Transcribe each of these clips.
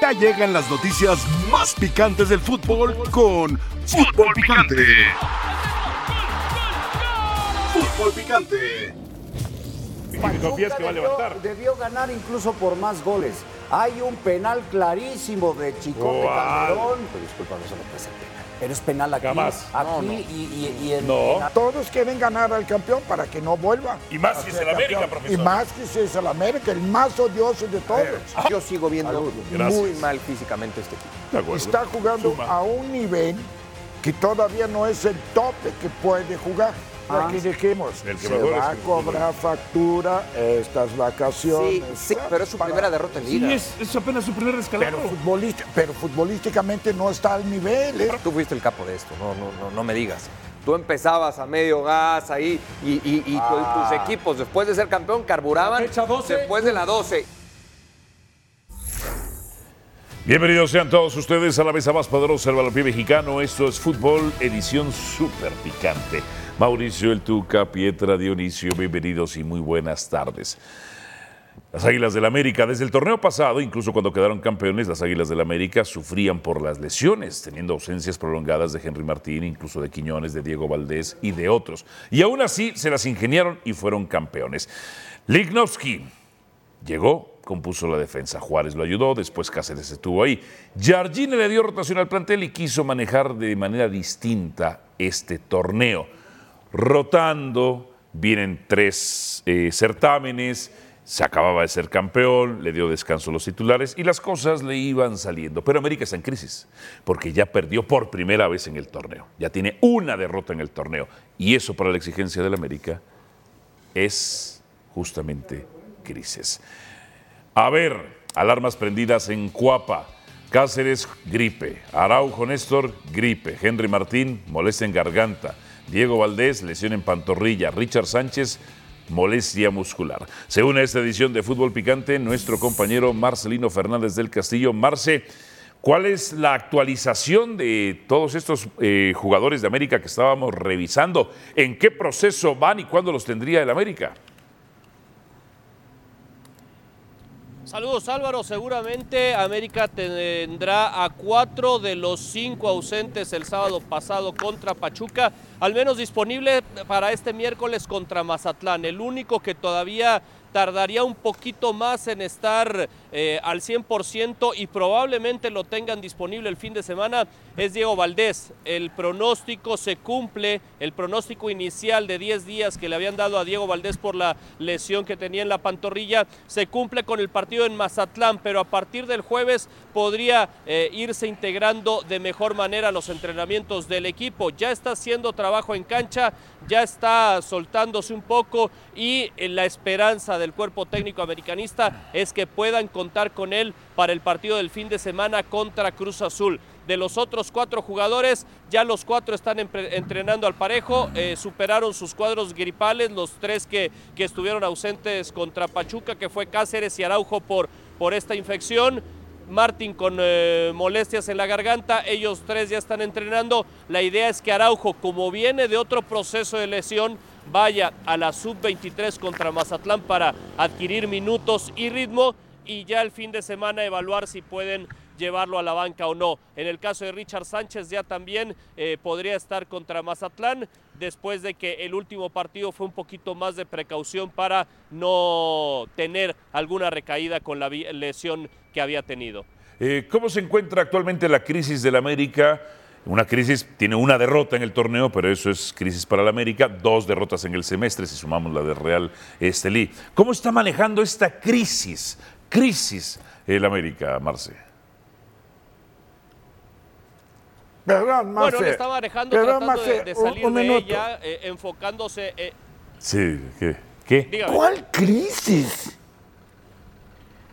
Ya llegan las noticias más picantes del fútbol con Fútbol Picante. Fútbol Picante. Pachuca que va debió- a levantar. Debió ganar incluso por más goles. Hay un penal clarísimo de Chicote ¿Cuál? Calderón. Pues Pero disculpa, no se lo pasa el penal. Pero es penal aquí. Jamás. Aquí y, y- y en- No. en- Todos quieren ganar al campeón para que no vuelva. Y más si es el América, Y profesor. Eh, más que si es el América, el más odioso de todos. Yo sigo viendo ah. Gracias. muy mal físicamente este equipo. De acuerdo. Está jugando Suma. a un nivel que todavía no es el tope que puede jugar. Ah. Aquí dijimos, El se quebrador va es a el cobrar factura estas Sí, vacaciones. sí, pero es su primera derrota en Sí, liga. es, es apenas su primer Pero, escalón. futbolista- pero futbolísticamente no está al nivel. ¿eh? Tú fuiste el capo de esto, no, no, no, no me digas. Tú empezabas a medio gas ahí y, y- y tu- Ah. tus equipos, después de ser campeón, carburaban después de la 12. Bienvenidos sean todos ustedes a la mesa más poderosa del balompié mexicano. Esto es Fútbol Edición Super Picante. Mauricio El Tuca, Pietra, Dionisio, bienvenidos y muy buenas tardes. Las Águilas del América, desde el torneo pasado, incluso cuando quedaron campeones, las Águilas del América sufrían por las lesiones, teniendo ausencias prolongadas de Henry Martín, incluso de Quiñones, de Diego Valdés y de otros. Y aún así se las ingeniaron y fueron campeones. Lignovsky llegó, compuso la defensa. Juárez lo ayudó, después Cáceres estuvo ahí. Jardine le dio rotación al plantel y quiso manejar de manera distinta este torneo rotando, vienen tres eh, certámenes, se acababa de ser campeón, le dio descanso a los titulares y las cosas le iban saliendo. Pero América está en crisis, porque ya perdió por primera vez en el torneo, ya tiene una derrota en el torneo y eso para la exigencia del América es justamente crisis. A ver, alarmas prendidas en Cuapa. Cáceres, gripe. Araujo Néstor, gripe. Henry Martín, molestia en garganta. Diego Valdés, lesión en pantorrilla. Richard Sánchez, molestia muscular. Se une a esta edición de Fútbol Picante nuestro compañero Marcelino Fernández del Castillo. Marce, ¿cuál es la actualización de todos estos eh, jugadores de América que estábamos revisando? ¿En qué proceso van y cuándo los tendría el América? Saludos Álvaro, seguramente América tendrá a cuatro de los cinco ausentes el sábado pasado contra Pachuca, al menos disponible para este miércoles contra Mazatlán, el único que todavía tardaría un poquito más en estar eh, al 100% y probablemente lo tengan disponible el fin de semana es Diego Valdés. El pronóstico se cumple, el pronóstico inicial de 10 días que le habían dado a Diego Valdés por la lesión que tenía en la pantorrilla se cumple con el partido en Mazatlán, pero a partir del jueves podría eh, irse integrando de mejor manera a los entrenamientos del equipo. Ya está haciendo trabajo en cancha, ya está soltándose un poco y eh, la esperanza del cuerpo técnico americanista es que puedan contar con él para el partido del fin de semana contra Cruz Azul. De los otros cuatro jugadores, ya los cuatro están empre- entrenando al parejo, eh, superaron sus cuadros gripales, los tres que, que estuvieron ausentes contra Pachuca, que fue Cáceres y Araujo por, por esta infección. Martín con eh, molestias en la garganta, ellos tres ya están entrenando. La idea es que Araujo, como viene de otro proceso de lesión, vaya a la sub-23 contra Mazatlán para adquirir minutos y ritmo y ya el fin de semana evaluar si pueden llevarlo a la banca o no. En el caso de Richard Sánchez ya también eh, podría estar contra Mazatlán después de que el último partido fue un poquito más de precaución para no tener alguna recaída con la vi- lesión que había tenido. Eh, ¿Cómo se encuentra actualmente la crisis del América? Una crisis, tiene una derrota en el torneo, pero eso es crisis para la América, dos derrotas en el semestre, si sumamos la de Real Estelí. ¿Cómo está manejando esta crisis, crisis el América, Marce? Perdón, Marce. bueno, él está manejando, Perdón, tratando de, Marce, de un- salir un de minuto. ella, eh, enfocándose, eh, Sí, ¿qué? ¿Qué? dígame. ¿Cuál crisis?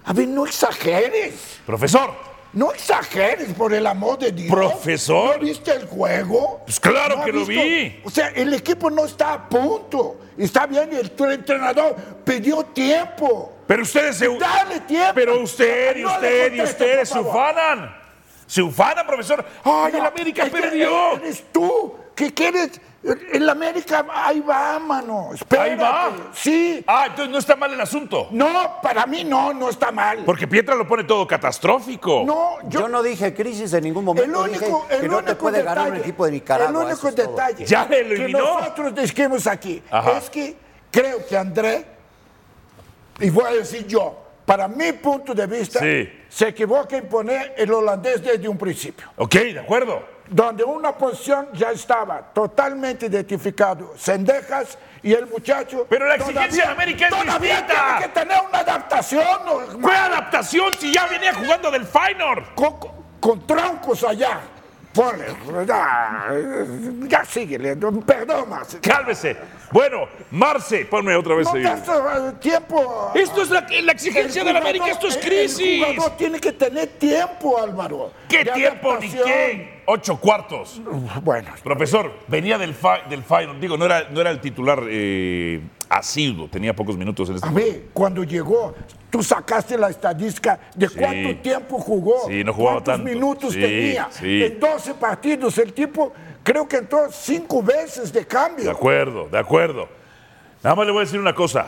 A ver, no exageres. Profesor, No exageres, por el amor de Dios. profesor. ¿No ¿Viste el juego? Pues claro ha que lo visto? vi. O sea, el equipo no está a punto. Está bien, el tu- entrenador pidió tiempo. Pero ustedes se... Dale tiempo. Pero usted y No le usted y conteste, ustedes se por favor. ufanan. Se ufanan, profesor. ¡Ay, el No, América es que perdió! Eres tú que quieres En la América, ahí va, mano. Espérate. Ahí va. Sí. Ah, entonces no está mal el asunto. No, para mí no, no está mal. Porque Pietra lo pone todo catastrófico. No, Yo, yo, no dije crisis en ningún momento. el dije único, el que no te único puede ganar un detalle, equipo de Nicaragua. El eso único es todo. detalle Ya le eliminó. que nosotros dijimos aquí Ajá. es que creo que André, y voy a decir yo, para mi punto de vista, Sí. se equivoca en poner el holandés desde un principio. Ok, de acuerdo. Donde una posición ya estaba totalmente identificado, Sendejas y el muchacho. Pero la exigencia de América es todavía distinta. tiene que tener una adaptación. Fue adaptación si ya venía jugando del Feyenoord. con, con troncos allá. Ponle, ah, ya síguele, no- perdón más. Cálmese. Bueno, Marce, ponme otra vez No ahí. te has, eh, tiempo. Pues Esto es la, la exigencia de la jugador- América, esto es el- crisis. El jugador tiene que tener tiempo, Álvaro. ¿Qué de tiempo ni adaptación. qué? Ocho cuartos. Bueno, Profesor, venía del, fa- del Feyenoord. Digo, no era, no era el titular eh, asiduo, tenía pocos minutos en este a mí, cuando llegó, tú sacaste la estadística de cuánto tiempo jugó. Sí, no jugaba cuántos tanto. minutos Sí, tenía. sí. En 12 partidos, el tipo creo que entró cinco veces de cambio. De acuerdo, de acuerdo. Nada más le voy a decir una cosa.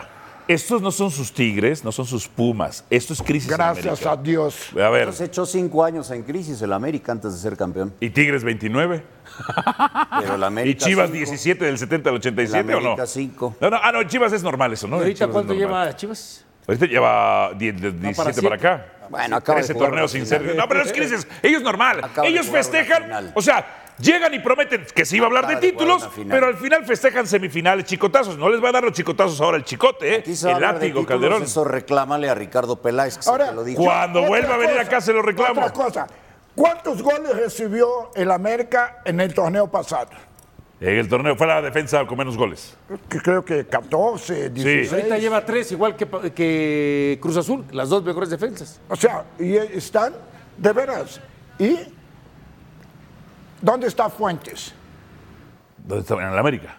Estos no son sus tigres, no son sus pumas. Esto es crisis. en Gracias a América. Dios. a ver, Se echó cinco años en crisis el América antes de ser campeón. ¿y Tigres 29? Pero el ¿Y América Chivas cinco. 17 del 70 al 87 La o no? América cinco. No, no, ah, no, Chivas es normal eso, ¿no? ¿Ahorita Chivas es cuánto normal. lleva Chivas? Ahorita lleva 10 de 17 para, siete. acá. Bueno, acaba de 13 jugar torneos una sin final. ser. No, pero es crisis. Ellos normal. Acaba de Ellos jugar una festejan. final. O sea, llegan y prometen que se iba a hablar Acaba de de jugar una títulos, final. pero al final festejan semifinales, chicotazos. No les va a dar los chicotazos ahora el chicote, ¿eh? Aquí se va a El hablar de látigo, títulos, Calderón. Eso reclámale a Ricardo Peláez, que Ahora, se te lo dije. Cuando Otra vuelva a venir cosa, acá se lo reclamo. Otra cosa. ¿Cuántos goles recibió el América en el torneo pasado? En Eh, el torneo fue la defensa con menos goles. Que creo que 14, 16. Pues Ahorita lleva tres, igual que, pa- que Cruz Azul, las dos mejores defensas. O sea, y están de veras. ¿Y dónde está Fuentes? ¿Dónde estaba? En el América.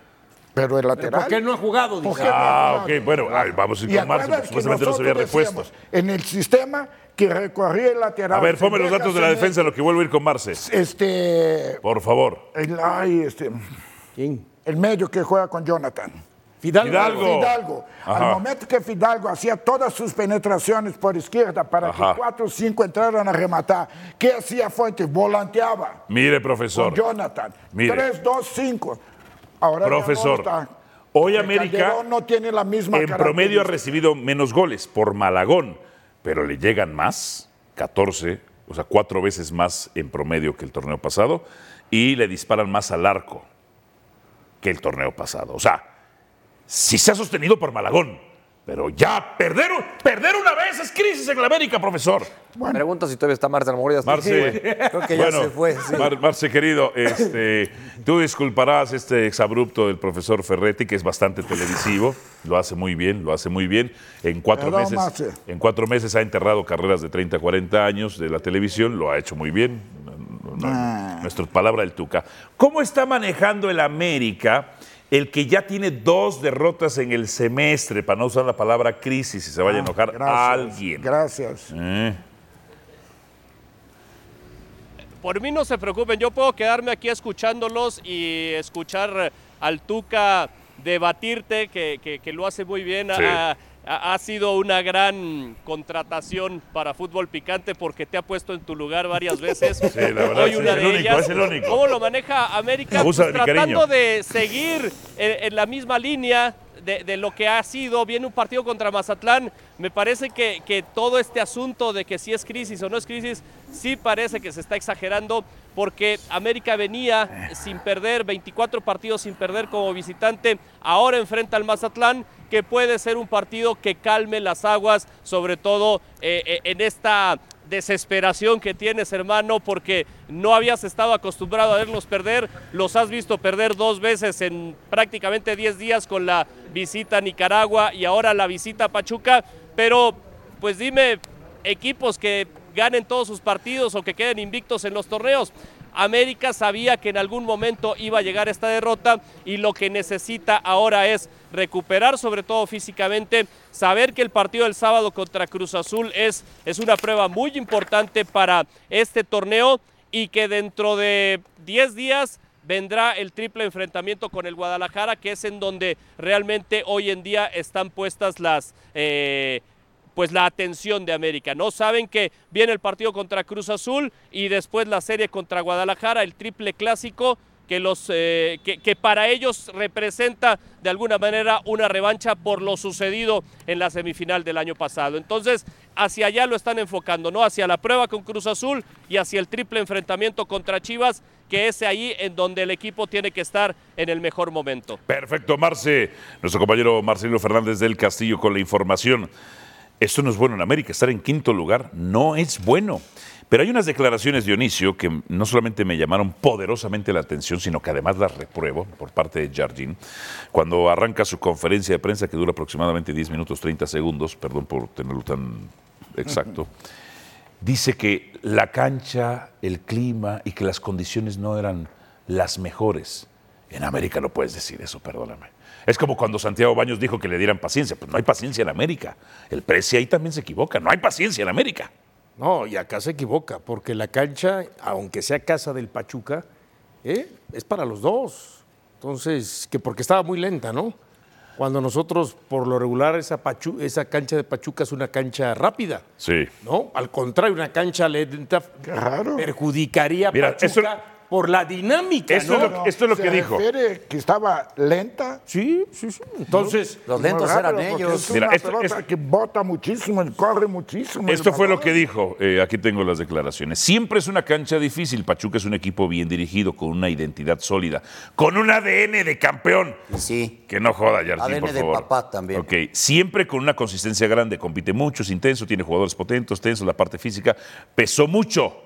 Pero el Pero lateral. ¿Por qué no ha jugado? ¿Por Dice. qué no? Ah, ok, bueno, ay, vamos a ir Y con Marce, acuérdate porque que supuestamente no se había nosotros repuesto. decíamos, en el sistema que recorría el lateral. A ver, ponme los Sendejas datos de la en el- defensa, lo que vuelvo a ir con Marce. Este, Por favor. el, ay, este, ¿Quién? el medio que juega con Jonathan. Fidalgo. Fidalgo. Fidalgo. Ajá. Al momento que Fidalgo hacía todas sus penetraciones por izquierda para Ajá. que cuatro o cinco entraran a rematar, ¿qué hacía Fuentes? Volanteaba Mire, con profesor. Jonathan. Mire. 3, 2, 5. Ahora ya no Profesor, está. hoy El América Calderón no tiene la misma en promedio ha característica. recibido menos goles por Malagón, pero le llegan más, 14, o sea, cuatro veces más en promedio que el torneo pasado, y le disparan más al arco que el torneo pasado. O sea, sí se ha sostenido por Malagón, pero ya perder, un- perder una vez es crisis en la América, profesor. Me Pregunta si todavía está Marce, a lo mejor ya está. Marce, Creo que ya bueno, se fue, sí. Mar- Marce querido, este, tú disculparás este exabrupto del profesor Ferretti, que es bastante televisivo, lo hace muy bien, lo hace muy bien. En cuatro Perdón, meses, Marce. en cuatro meses ha enterrado carreras de 30, 40 años de la televisión, lo ha hecho muy bien. Ah. Nuestra palabra del Tuca. ¿Cómo está manejando el América? El que ya tiene dos derrotas en el semestre, para no usar la palabra crisis, si se vaya a enojar Ah, Gracias, alguien. ¿Eh? Gracias. Por mí no se preocupen, yo puedo quedarme aquí escuchándolos y escuchar al Tuca debatirte, que, que- que lo hace muy bien. Sí. Ha, ha- ha sido una gran contratación para fútbol picante porque te ha puesto en tu lugar varias veces. Sí, la verdad, Hoy sí, una es el de único, ellas. es el único. ¿Cómo lo maneja América? Pues Abusa de mi tratando cariño. de seguir en, en la misma línea de, de lo que ha sido. Viene un partido contra Mazatlán. Me parece que, que todo este asunto de que si es crisis o no es crisis, sí parece que se está exagerando porque América venía sin perder, 24 partidos sin perder como visitante. Ahora enfrenta al Mazatlán, que puede ser un partido que calme las aguas, sobre todo eh, eh, en esta desesperación que tienes, hermano, porque no habías estado acostumbrado a verlos perder. Los has visto perder dos veces en prácticamente 10 días con la visita a Nicaragua y ahora la visita a Pachuca. Pero, pues dime, equipos que ganen todos sus partidos o que queden invictos en los torneos. América sabía que en algún momento iba a llegar esta derrota y lo que necesita ahora es recuperar sobre todo físicamente, saber que el partido del sábado contra Cruz Azul es, es una prueba muy importante para este torneo y que dentro de 10 días vendrá el triple enfrentamiento con el Guadalajara, que es en donde realmente hoy en día están puestas las... eh, pues la atención de América, ¿no? Saben que viene el partido contra Cruz Azul y después la serie contra Guadalajara, el triple clásico, que, los, eh, que, que para ellos representa de alguna manera una revancha por lo sucedido en la semifinal del año pasado. Entonces, hacia allá lo están enfocando, ¿no? Hacia la prueba con Cruz Azul y hacia el triple enfrentamiento contra Chivas, que es ahí en donde el equipo tiene que estar en el mejor momento. Perfecto, Marce. Nuestro compañero Marcelo Fernández del Castillo con la información. Esto no es bueno en América, estar en quinto lugar no es bueno. Pero hay unas declaraciones, Dionisio, que no solamente me llamaron poderosamente la atención, sino que además las repruebo por parte de Jardín. Cuando arranca su conferencia de prensa, que dura aproximadamente 10 minutos 30 segundos, perdón por tenerlo tan exacto, dice que la cancha, el clima y que las condiciones no eran las mejores. En América no puedes decir eso, perdóname. Es como cuando Santiago Baños dijo que le dieran paciencia. Pues no hay paciencia en América. El precio ahí también se equivoca. No hay paciencia en América. No, y acá se equivoca, porque la cancha, aunque sea casa del Pachuca, ¿eh? es para los dos. Entonces, que porque estaba muy lenta, ¿no? Cuando nosotros, por lo regular, esa, Pachu- esa cancha de Pachuca es una cancha rápida, Sí. ¿no? Al contrario, una cancha lenta perjudicaría a Mira, Pachuca por la dinámica, Esto ¿no? es lo, esto es lo ¿Se que dijo. refiere que estaba lenta. Sí, sí, sí. Entonces, Los lentos Rápido, eran porque ellos. Es Mira, una esto- pelota esto- que bota muchísimo, y corre muchísimo. el Esto fue lo balón. que dijo, eh, aquí tengo las declaraciones. Siempre es una cancha difícil. Pachuca es un equipo bien dirigido, con una identidad sólida, con un ADN de campeón. Sí. Que no joda, Jardín, ADN por de favor. papá también. Ok, siempre con una consistencia grande. Compite mucho, es intenso, tiene jugadores potentes, tenso, la parte física. Pesó mucho.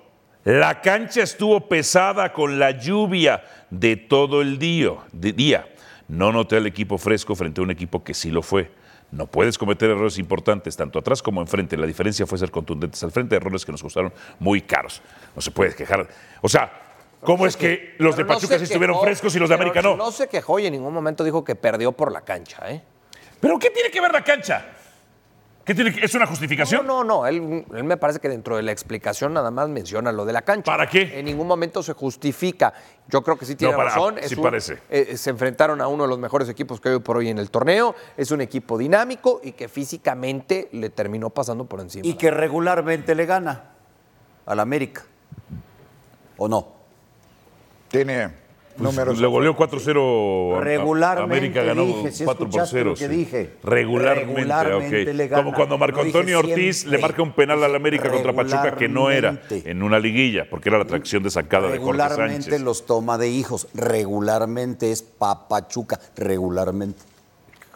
La cancha estuvo pesada con la lluvia de todo el día. de día. No noté al equipo fresco frente a un equipo que sí lo fue. No puedes cometer errores importantes, tanto atrás como enfrente. La diferencia fue ser contundentes al frente, errores que nos costaron muy caros. No se puede quejar. O sea, ¿cómo es que los de Pero no Pachuca se sí estuvieron quejó, frescos y los de pero América no? No se quejó y en ningún momento dijo que perdió por la cancha, ¿eh? ¿Pero qué tiene que ver la cancha? ¿Qué tiene que- ¿Es una justificación? No, no, no. Él, él me parece que dentro de la explicación nada más menciona lo de la cancha. ¿Para qué? En ningún momento se justifica. Yo creo que sí tiene No, para- ah, razón. sí parece. eh, se enfrentaron a uno de los mejores equipos que hay hoy por hoy en el torneo. Es un equipo dinámico y que físicamente le terminó pasando por encima. Y que regularmente le gana al América. ¿O no? Tiene Pues, números. le goleó 4-0 a- a- Regularmente América ganó dije, si 4 por escuchaste 0. lo que dije. Regularmente, Regularmente ok. le gana. Como cuando Marco No dije Antonio Ortiz siempre. le marca un penal al América contra Pachuca que no era Regularmente. en una liguilla, porque era la atracción de sacada de Jorge Regularmente Sánchez. los toma de hijos. Regularmente es papachuca. Regularmente.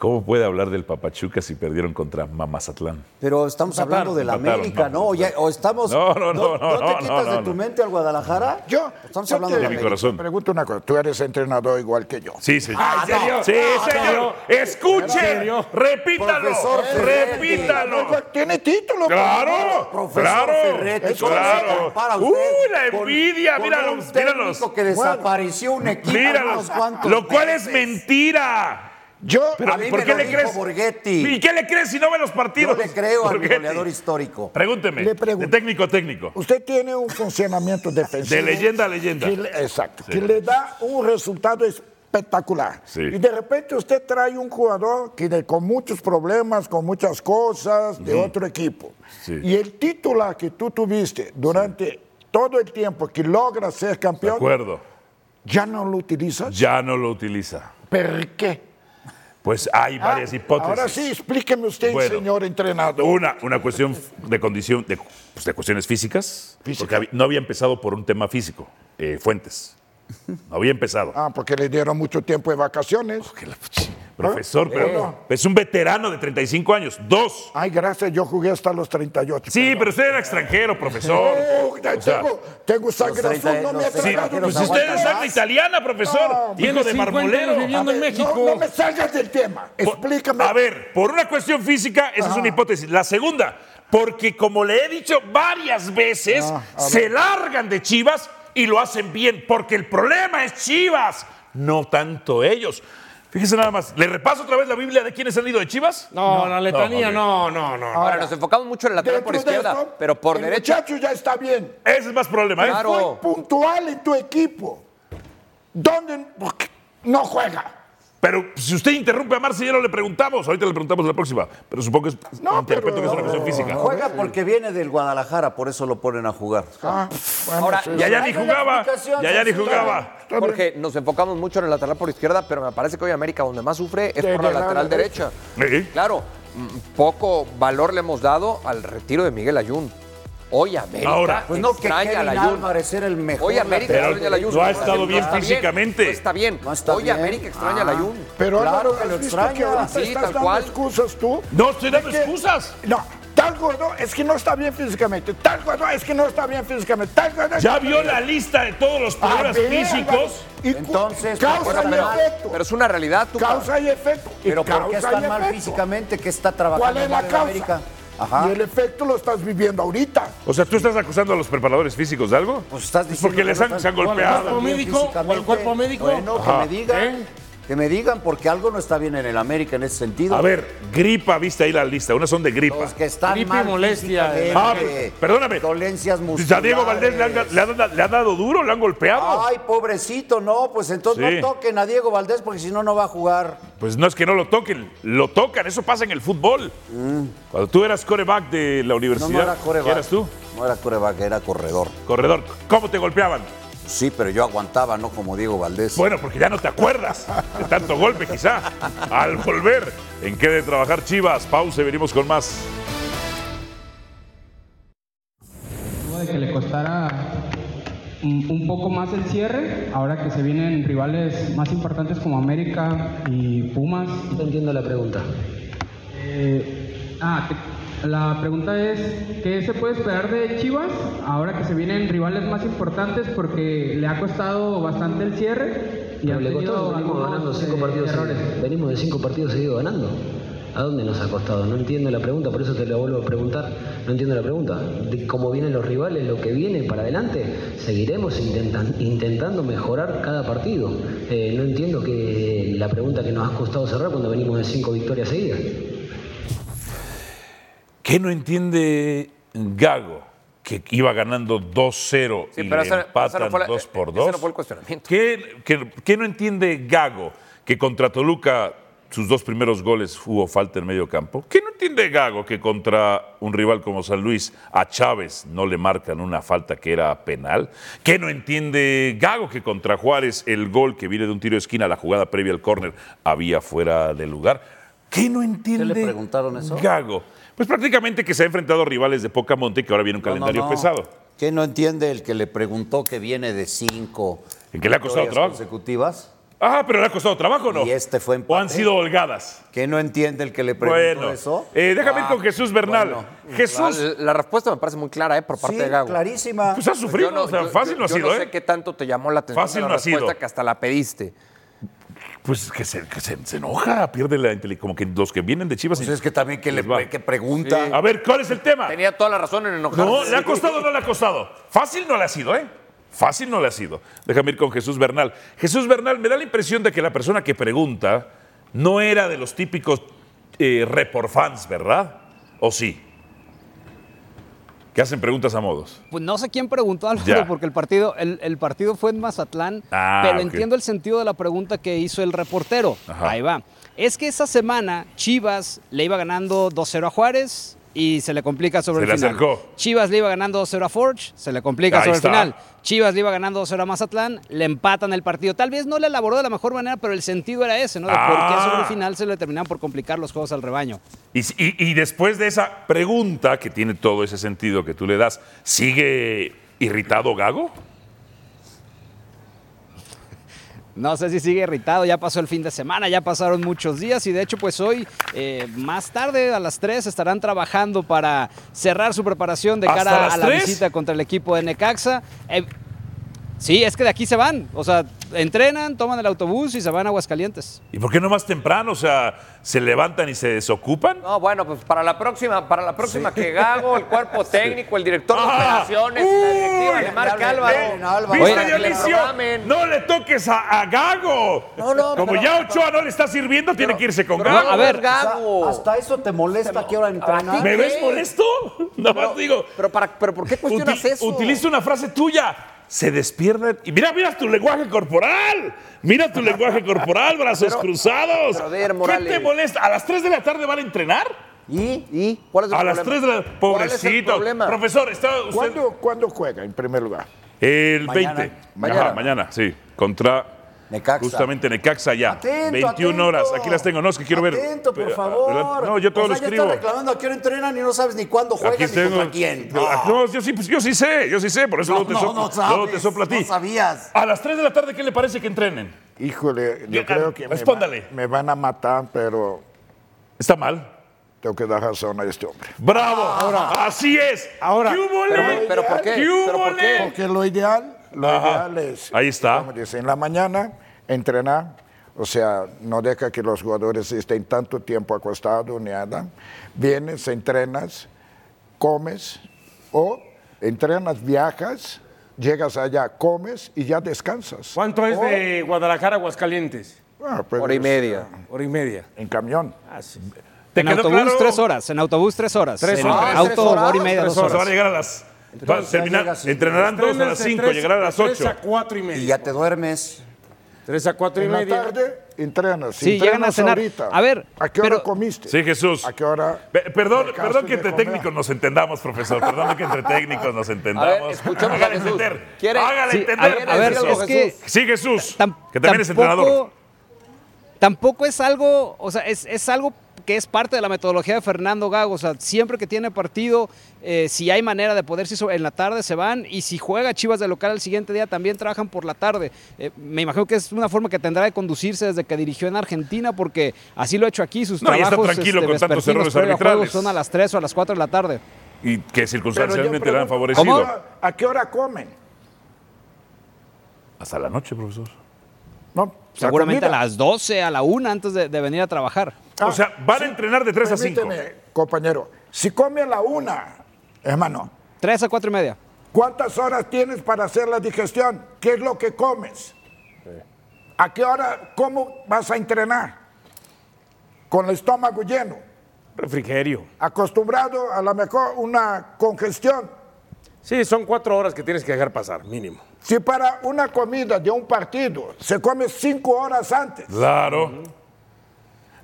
¿Cómo puede hablar del Papachuca si perdieron contra Mamazatlán? Pero estamos hablando de la empataron, América, ¿no? no, O ya- o estamos. No, no, no, no, te no, quitas no, de no. tu mente al Guadalajara? Yo, Estamos yo hablando te- de la mi América. corazón. Pregunto una cosa. Tú eres entrenador igual que yo. Sí, señor. Ah, ¿en serio? Sí, señor. Escuchen. Repítalo. Profesor Ferretti. Repítalo. Tiene título. Claro, Profesor claro, Ferretti, ¿cómo se claro. compara usted Uy, la con- envidia, con míralos, un técnico míralos. que desapareció un equipo en Míralos. unos cuantos Lo cual es meses. mentira. Yo, Pero, A mí ¿por me qué lo le dijo crees? Borghetti. ¿Y qué le crees si no ve los Yo partidos? le creo al Borghetti. goleador histórico. Pregúnteme. Le pregunto. De técnico a técnico. usted tiene un funcionamiento defensivo. De leyenda a leyenda. que le- exacto. Que le da un resultado espectacular. Este, Sí. Y de repente usted trae un jugador que de- con muchos problemas, con muchas cosas, de otro equipo. Sí. Y el titular que tú tuviste durante todo el tiempo que logra ser De campeón, acuerdo. ya no lo utilizas. Ya no lo utiliza. ¿Por qué? Pues hay Ah, varias hipótesis. Ahora sí, explíqueme usted, Bueno. señor entrenador. Una, una cuestión de condición, de, pues, de cuestiones físicas. Física. Porque había- no había empezado por un tema físico. eh, fuentes. No había empezado. Ah, porque le dieron mucho tiempo de vacaciones. Ah, Que la- Profesor, pero pues, es un veterano de 35 años. Dos. Ay, gracias, yo jugué hasta los 38. Sí, perdón. pero usted era extranjero, profesor. Oh, O sea, tengo, tengo sangre los azul, 30, no me Ah, ha los sí, tragado. pues no usted es aguanta sangre más. italiana, No, profesor. Lleno 50 de años marmolero. viviendo- A ver, en México. No, no me salgas del tema. Por- Explícame. A ver, por una cuestión física, esa es una hipótesis. La segunda, porque como le he dicho varias veces, Ah, se largan de Chivas y lo hacen bien, porque el problema es Chivas, no tanto ellos. Fíjese nada más, ¿le repaso otra vez la Biblia de quienes han ido de Chivas? No, la letanía, ok. no, no, no. Ahora, nos enfocamos mucho en el lateral dentro por de izquierda, eso, pero por el derecha. muchacho ya está bien. Ese es más problema, ¿eh? Claro. Fue puntual en tu equipo. ¿Dónde no juega? Pero si usted interrumpe a Marce, ya no le preguntamos. Ahorita le preguntamos la próxima. Pero supongo que es, No, pero- interpreto que es una cuestión física. Juega porque viene del Guadalajara, por eso lo ponen a jugar. Ah, bueno, Ahora, sí, Y allá sí. ni Dame la jugaba. explicación, Y allá ni señor. jugaba. Está bien. Jorge, nos enfocamos mucho en el lateral por izquierda, pero me parece que hoy América donde más sufre es De- por la de la lateral derecha. derecha. Sí. Claro, mm, poco valor le hemos dado al retiro de Miguel Ayun. Hoy América Ahora. Pues no, que extraña al Kevin Ayun. Álvarez era el mejor. Hoy América lateral extraña al Ayun. no ha está estado bien está físicamente. no está bien. No está Hoy bien. América extraña al Ah. Ayun. Pero Claro claro que que lo extraña. extraña. Que ahorita Sí, estás tal dando cual. excusas tú. No estoy dando Es que- excusas. No, tal jugador es que no está bien físicamente. Tal jugador es que no está bien físicamente. Tal jugador Ya vio la lista de todos los A problemas ver, físicos. y cu- Entonces, ¿por qué causa está y mal? efecto. Pero es una realidad, tú. Causa y efecto. y Pero ¿por qué causa está y mal efecto. físicamente? ¿Qué está trabajando ¿Cuál es la mal en causa? América? Ajá. Y el efecto lo estás viviendo ahorita. O sea, ¿tú estás acusando a los preparadores físicos de algo? Pues estás Pues diciendo porque les que han, no se han están- golpeado. ¿Cuerpo Bien médico? físicamente. ¿Cuál cuerpo médico? Bueno, Ajá. que me digan. ¿Eh? Que me digan porque algo no está bien en el América en ese sentido. A ver, gripa, viste ahí la lista. Unas son de gripa. Los que están Gripe y mal molestia, físicamente, eh. Ah, perdóname. Dolencias musculares. ¿A Diego Valdés le han, le han- le han dado duro? ¿Le han golpeado? Ay, pobrecito, no, pues entonces Sí. no toquen a Diego Valdés porque si no, no va a jugar. Pues no es que no lo toquen, lo tocan, eso pasa en el fútbol. Cuando tú eras coreback de la Mm. No, universidad, no era coreback. ¿qué eras tú? No era coreback, era corredor. Corredor, ¿cómo te golpeaban? Sí, pero yo aguantaba, no como Diego Valdés. Bueno, porque ya no te acuerdas de tanto golpe quizá. Al volver, ¿en qué de trabajar Chivas? Pausa y venimos con más. de que le costara un un poco más el cierre, ahora que se vienen rivales más importantes como América y Pumas. No entiendo la pregunta. ah, que- la pregunta es, ¿qué se puede esperar de Chivas ahora que se vienen rivales más importantes porque le ha costado bastante el cierre? Y ha le costó, tenido venimos algunos, ganando cinco eh, partidos errores? seguidos. Venimos de cinco partidos seguidos ganando. ¿A dónde nos ha costado? No entiendo la pregunta, por eso te la vuelvo a preguntar. No entiendo la pregunta. De cómo vienen los rivales, lo que viene para adelante, seguiremos intentan- intentando mejorar cada partido. Eh, no entiendo que la pregunta que nos ha costado cerrar cuando venimos de cinco victorias seguidas. ¿Qué no entiende Gago? Que iba ganando 2-0 Sí, y pero le esa- esa empatan no fue la- 2 por ese 2. no fue el cuestionamiento. ¿Qué, qué- qué no entiende Gago? Que contra Toluca sus dos primeros goles hubo falta en medio campo. ¿Qué no entiende Gago que contra un rival como San Luis a Chávez no le marcan una falta que era penal? ¿Qué no entiende Gago que contra Juárez el gol que viene de un tiro de esquina, la jugada previa al córner, había fuera de lugar? ¿Qué no entiende le preguntaron eso? Gago? Pues prácticamente que se ha enfrentado a rivales de poca monte que ahora viene un No, no, calendario no. pesado. ¿Qué no entiende el que le preguntó que viene de cinco ¿En qué le ha costado victorias trabajo? consecutivas? Ah, pero le ha costado trabajo, ¿no? Y este fue ¿O han empate. sido holgadas? ¿Qué no entiende el que le preguntó Bueno, eso? Ah, eh, déjame ir con Jesús Bernal. Mm, bueno. La, Jesús, la respuesta me parece muy clara, ¿eh? Por parte Sí, de Gago. clarísima. pues ha sufrido, Yo no- o sea, yo- fácil yo- no ha yo sido, no ¿eh? sé qué tanto te llamó la atención Fácil de la no ha sido. respuesta que hasta la pediste. Pues que se, que se- se enoja, pierde la inteligencia. Como que los que vienen de Chivas. Pues es que también que le les va. que pregunta. A ver, ¿cuál es el tema? Tenía toda la razón en enojarse. No, ¿le ha costado o no le ha costado? Fácil no le ha sido, ¿eh? Fácil no le ha sido. Déjame ir con Jesús Bernal. Jesús Bernal, me da la impresión de que la persona que pregunta no era de los típicos eh, report fans, ¿verdad? ¿O sí? Que hacen preguntas a modos. Pues no sé quién preguntó, Álvaro, Ya. porque el partido, el, el partido fue en Mazatlán, Ah, pero ok. entiendo el sentido de la pregunta que hizo el reportero. Ajá. Ahí va. Es que esa semana Chivas le iba ganando 2-0 a Juárez y se le complica sobre Se el le final. acercó. Chivas le iba ganando 2-0 a Forge, se le complica Ahí sobre está. el final. Chivas le iba ganando 2-0 a Mazatlán, le empatan el partido. Tal vez no le elaboró de la mejor manera, pero el sentido era ese, ¿no? De por Ah. qué sobre el final se le terminaban por complicar los juegos al rebaño. Y, si- y- y después de esa pregunta, que tiene todo ese sentido que tú le das, ¿sigue irritado Gago? No sé si sigue irritado, ya pasó el fin de semana, ya pasaron muchos días y de hecho pues hoy eh, más tarde a las 3 estarán trabajando para cerrar su preparación de ¿Hasta cara las a la 3? visita contra el equipo de Necaxa. Eh, sí, es que de aquí se van, o sea, entrenan, toman el autobús y se van a Aguascalientes. ¿Y por qué no más temprano? O sea, ¿se levantan y se desocupan? No, bueno, pues para la próxima, para la próxima que Gago, el cuerpo técnico, el director de Ah, operaciones, y la directiva uy, de Marca Ven, Álvaro. Álvaro. ¿Viste, Oye, que le Dionisio? programen. No le toques a, a Gago. No, no, Como pero- ya Ochoa no le está sirviendo, tiene que irse con pero Gago. a Gago ver, es O sea, Gago. hasta eso te molesta que ahora entrenar. ¿Me ¿qué? ves molesto? Nada más Pero- digo. Pero, para, pero ¿por qué cuestionas uti- eso? Utiliza una frase tuya. se despiertan y mira, mira tu lenguaje corporal. Mira tu lenguaje corporal, brazos Pero- cruzados. pero, Ver, ¿Qué Morales. te molesta? ¿A las 3 de la tarde van a entrenar? ¿Y? ¿Y? ¿Cuál es el A las problema? 3 de la ¿Cuál es el Pobrecito. problema? Profesor, está usted. ¿Cuándo, ¿Cuándo juega en primer lugar? El Mañana. 20. Mañana. Ajá, mañana, sí. Contra Necaxa. justamente Necaxa ya. Atento, 21 atento. horas. Aquí las tengo. No, es que quiero ver. Atento, por Pero, favor. adelante. No, yo todo O lo sea, ya escribo. estás reclamando a qué hora entrenan y no sabes ni cuándo juegan ni contra quién. No, No. yo, sí, pues, yo sí sé, yo sí sé, por eso No, luego te no, soplo- no sabes, luego te soplo a ti. no sabías. A las 3 de la tarde, ¿qué le parece que entrenen? Híjole, yo Ya, creo que me, respóndale. van- me van a matar, pero Está mal. tengo que dar razón a este hombre. ¡Bravo! ¡Así es! Ahora. ¿Qué hubo, le? Pero, pero ¿por qué? ¿Qué hubo, ¿Pero por qué? le? Porque lo ideal, lo Ajá. ideal es, Ahí está. como dice, en la mañana entrenar, o sea, no deja que los jugadores estén tanto tiempo acostados ni nada. Vienes, entrenas, comes o entrenas, viajas, llegas allá, comes y ya descansas. ¿Cuánto es O- de Guadalajara a Aguascalientes? Ah, pues, Hora y media. Hora y media. En camión. ¿Te en quedó autobús, claro? tres horas. En autobús, tres horas. Ah, Tres en horas. auto, Ah, Tres horas. hora y media, dos Tres Se horas. van a llegar a las. van a ya terminar- llegas y- entrenarán todos a Estrenas las de 5, tres- llegarán a las de 8. tres a cuatro y Y media. ya te duermes. Tres a cuatro y En la media. tarde entrenas. Sí, entrenas llegan a cenar. ahorita. A ver, ¿A qué hora pero- comiste? Sí, Jesús. ¿A qué hora? Pe- Perdón, dejaste perdón que de entre comer? técnicos nos entendamos, profesor. Perdón que entre técnicos nos entendamos. A ver, escuchemos a Hágale Jesús. entender. ¿Quiere- Ah, Hágale Sí, entender. a ver, a ver, Decir es algo, que Jesús. Sí, Jesús, tam- que también es tampoco- entrenador. Tampoco es algo, o sea, es, es algo que es parte de la metodología de Fernando Gago. O sea, siempre que tiene partido, eh, si hay manera de poderse en la tarde, se van. Y si juega Chivas de local al siguiente día, también trabajan por la tarde. Eh, me imagino que es una forma que tendrá de conducirse desde que dirigió en Argentina, porque así lo ha hecho aquí. Sus No, y está trabajos este, tranquilo con tantos vespertinos errores previo a arbitrales. juegos son a las 3 o a las 4 de la tarde. Y que Pero yo circunstancialmente le pregunto, han favorecido. ¿a qué hora- ¿A qué hora comen? Hasta la noche, profesor. No, la Seguramente a comida. las 12, a la 1 antes de- de venir a trabajar. O sea, van a entrenar de tres a cinco. Ah, permíteme, compañero, si come a la una, hermano, 3 a 4 y media. ¿cuántas horas tienes para hacer la digestión? ¿Qué es lo que comes? ¿A qué hora, cómo vas a entrenar? Con el estómago lleno, Refrigerio. acostumbrado a lo mejor una congestión. Sí, son cuatro horas que tienes que dejar pasar, mínimo. Si para una comida de un partido se come cinco horas antes, Claro.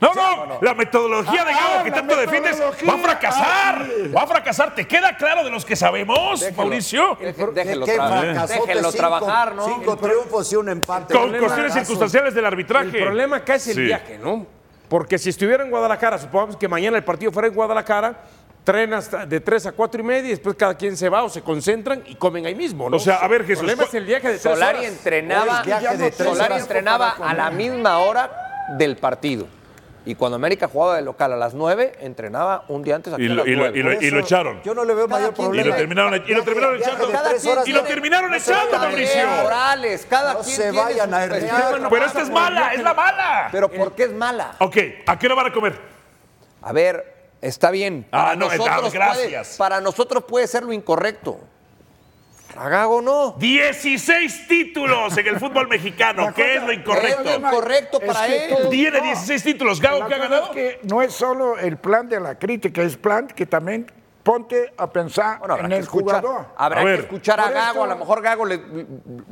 No, no, la metodología de Gabo Ah, que la tanto defiendes va a metodología. fracasar. Ah, sí. Va a fracasar. ¿Te queda claro de los que sabemos, Mauricio? Deje- ¿Qué- Déjenlo qué trabajar. fracasote? Déjenlo Cinco- trabajar, ¿no? Cinco triunfos y un empate. Con Qué cuestiones fracaso. circunstanciales del arbitraje. El problema acá es el Sí. viaje, ¿no? Porque si estuviera en Guadalajara, supongamos que mañana el partido fuera en Guadalajara, tren hasta de 3 a 4 y media, y después cada quien se va o se concentran y comen ahí mismo, ¿no? O sea, a ver, Jesús, El problema ¿cuál- es el viaje de 3 Solari horas. entrenaba, Hoy es viaje de tres Solari horas entrenaba para a la misma hora del partido. Y cuando América jugaba de local a las 9, entrenaba un día antes aquí Y a lo- las y lo- nueve. y lo- Por y lo eso, echaron. Yo no le veo Cada mayor quien problema. tiene- Y lo terminaron- e- y lo terminaron Viaje de echando. tres horas Y lo de- terminaron No se vayan echando, a Mauricio. herrear. Morales, cada No quien se tiene vayan sus a herrear. perspectivas. Pero esta es mala, es la mala. Pero ¿por qué es mala? Ok, ¿a qué hora van a comer? A ver, está bien. Ah, Para no, eh, ah, puede- gracias. para nosotros puede ser lo incorrecto. A Gago no. 16 títulos en el fútbol mexicano, que es lo Es lo incorrecto. incorrecto para que él. todo- Tiene 16 títulos, Gabo, La ¿qué ha cosa ganado? es que no es solo el plan de la crítica, es plan que también ponte a pensar Bueno, habrá en que el escuchar, jugador. habrá A que ver. escuchar a Por Gago. esto- A lo mejor Gago le-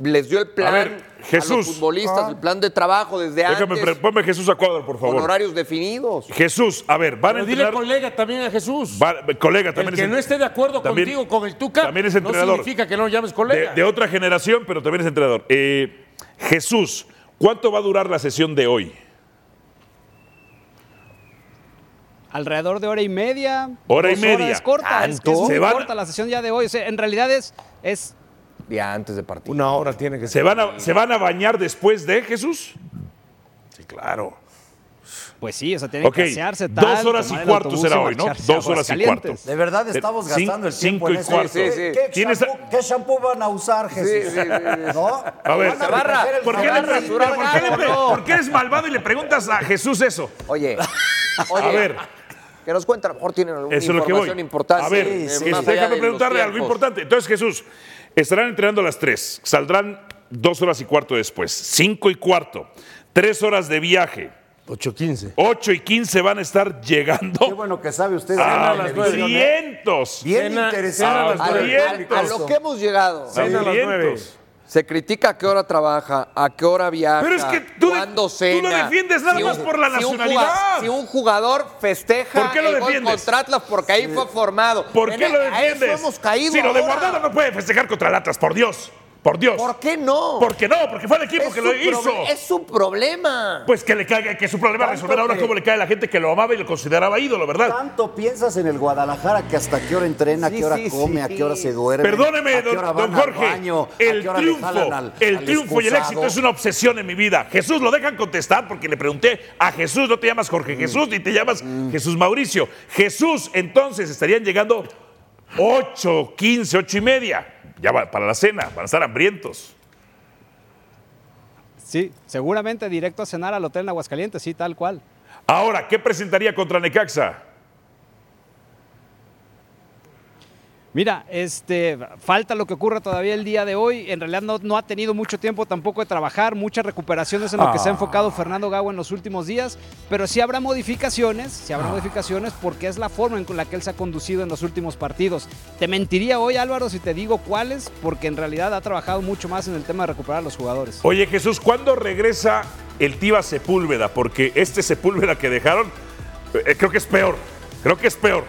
les dio el plan a, ver, Jesús. los futbolistas, el plan de trabajo desde Déjame, antes, pre- ponme a Jesús a cuadro, por con favor. horarios definidos. Jesús, a ver, van a Pero dile entrenar. colega también a Jesús. va- colega, el también que es- no esté de acuerdo también- contigo con el Tuca También es no entrenador. significa que no lo llames de, colega. de otra generación, pero también es entrenador. Eh, Jesús, ¿cuánto va a durar la sesión de hoy? Alrededor de hora y media. Hora y dos media. horas, Es Ah, corta, es, que es ¿Tanto? muy Se van- corta la sesión ya de hoy. O sea, en realidad es, es Ya antes de partido. Una hora tiene que ¿Se ser. van, a, ¿Se van a bañar después de Jesús? Sí, claro. pues sí, o sea, tiene Ok, que asearse dos tal. horas y tomar el cuarto autobús será y hoy, ¿no? marcharse a Dos horas y Aguascalientes. cuarto. De verdad estamos Cin- gastando el tiempo cinco y en eso. cuarto. Sí, sí, sí. ¿Qué, Tienes- shampoo, qué shampoo van a usar, Jesús? sí, sí, sí. ¿No? A ver, Van Barra, recoger el ¿por qué, le Zabarra, jabón. pre- Zabarra, por qué le pre- no. por qué eres malvado y le preguntas a Jesús eso? Oye, oye. A ver. Que nos cuenta, a lo mejor tienen alguna Eso es lo que voy. información importante. A ver, eh, es- más allá de déjame los preguntarle algo tiempos. importante. Entonces, Jesús, estarán entrenando a las 3, saldrán dos horas y cuarto después, cinco y cuarto, tres horas de viaje, 8.15. 8 y 15 van a estar Qué llegando bueno que sabe usted. a de las televisión, ¿eh? 500. Bien Cena- interesante. cena a las A, nueve. Bien a- a lo que hemos llegado. Cena a las nueve. Hambrientos. Se critica a qué hora trabaja, a qué hora viaja, Pero es que tú de- cuándo tú lo cena. defiendes nada más por la un nacionalidad. jugador- si un jugador festeja ¿Por qué lo el gol defiendes? contra Atlas porque ahí fue formado. ¿Por qué En- lo a eso defiendes? hemos caído Si lo de ahora. Guardado no puede festejar contra el Atlas, por Dios. Por Dios. ¿Por qué no? Porque no, porque fue el equipo Es que su lo proble- hizo. Es su problema. Pues que le caiga, que su problema Tanto resolver ahora que- cómo le cae a la gente que lo amaba y lo consideraba ídolo, ¿verdad? ¿Tanto piensas en el Guadalajara que hasta qué hora entrena, a Sí, qué hora sí, come, a sí. qué hora se duerme? Perdóneme, a qué don, hora don van al Jorge, baño, a el qué hora le triunfo, jalan al- el al triunfo y el excusado? éxito es una obsesión en mi vida. Jesús, lo dejan contestar porque le pregunté a Jesús, no te llamas Mm. Jorge Jesús ni te llamas Jesús Mauricio. Jesús, entonces estarían llegando 8, 15, 8 y media. Ya va- para la cena, van a estar hambrientos. Sí, seguramente directo a cenar al hotel en Aguascalientes, sí, tal cual. Ahora, ¿qué presentaría contra Necaxa? Mira, este, falta lo que ocurra todavía el día de hoy. En realidad no, no ha tenido mucho tiempo tampoco de trabajar, muchas recuperaciones en lo que Ah. se ha enfocado Fernando Gago en los últimos días, pero sí habrá modificaciones, sí Ah. habrá modificaciones porque es la forma en la que él se ha conducido en los últimos partidos. Te mentiría hoy, Álvaro, si te digo cuáles, porque en realidad ha trabajado mucho más en el tema de recuperar a los jugadores. Oye Jesús, ¿cuándo regresa el Tiva Sepúlveda? Porque este Sepúlveda que dejaron, eh, creo que es peor. Creo que es peor.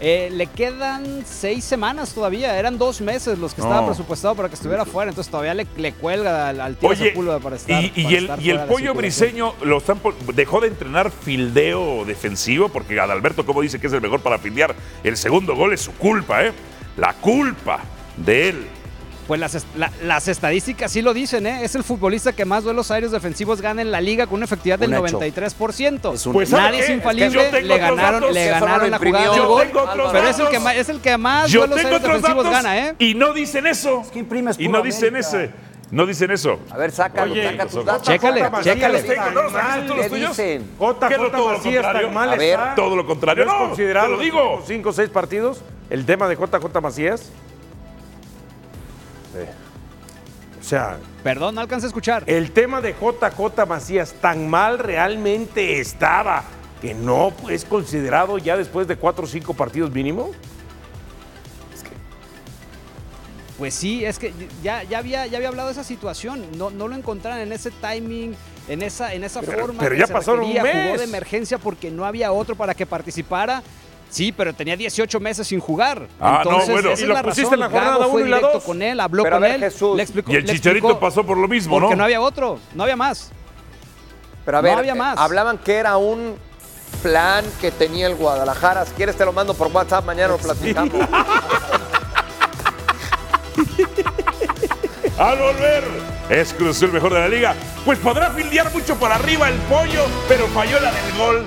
Eh, le quedan seis semanas todavía, eran dos meses los que No. estaba presupuestado para que estuviera fuera, entonces todavía le, le cuelga al, al tío Oye, Sepúlveda para estar. y, y para el, estar y el fuera de la pollo circulación. briseño lo están pon- dejó de entrenar fildeo defensivo, porque Adalberto, como dice que es el mejor para fildear, el segundo gol es su culpa, ¿eh? La culpa de él. Pues las, est- la- las estadísticas sí lo dicen, ¿eh? es el futbolista que más duelos aéreos defensivos gana en la liga con una efectividad del Un hecho. 93%. Es un Pues, ¿sabe Nadie qué? es Es que infalible, yo tengo le otros ganaron, datos le que solo ganaron lo la jugada imprimió. del Yo gol, tengo otros pero es el, datos. que más, es el que más Yo duelos tengo aéreos otros defensivos datos gana, ¿eh? y no dicen eso. Es que imprimes y puro no dicen América. ese. No dicen eso. A ver, sácalo, Oye, saca los tus ojos. datos. Chécale, saca- chécale. Los tengo, ¿no? ¿Los sacaste tú los ¿Qué tuyos? dicen? ¿Qué no JJ todo lo Macías contrario? tan mal A ver. está? Todo lo contrario. ¿No es No, te considerado lo digo. 5 o 6 partidos el tema de JJ Macías? O sea, Perdón, no alcancé a escuchar. el tema de JJ Macías tan mal realmente estaba que no es considerado ya después de 4 o 5 partidos mínimo. Pues sí, es que ya, ya, había, ya había hablado de esa situación. No, no lo encontraron en ese timing, en esa, en esa forma. pero que ya se pasaron un requería. Jugó mes. de emergencia porque no había otro para que participara. Sí, pero tenía 18 meses sin jugar. Ah, no, Entonces, bueno. esa Y es lo la pusiste razón. en la jornada Gago fue uno y la directo dos. con él, habló Pero a con ver, él. Jesús, le explicó, Y el le chicharito explicó pasó por lo mismo, porque ¿no? no había otro, no había más. Pero a No ver, había eh, más. hablaban que era un plan que tenía el Guadalajara. Si quieres te lo mando por WhatsApp, mañana lo platicamos. Al volver, es Cruz Azul mejor de la liga. Pues podrá fildear mucho para arriba el pollo, pero falló la del gol.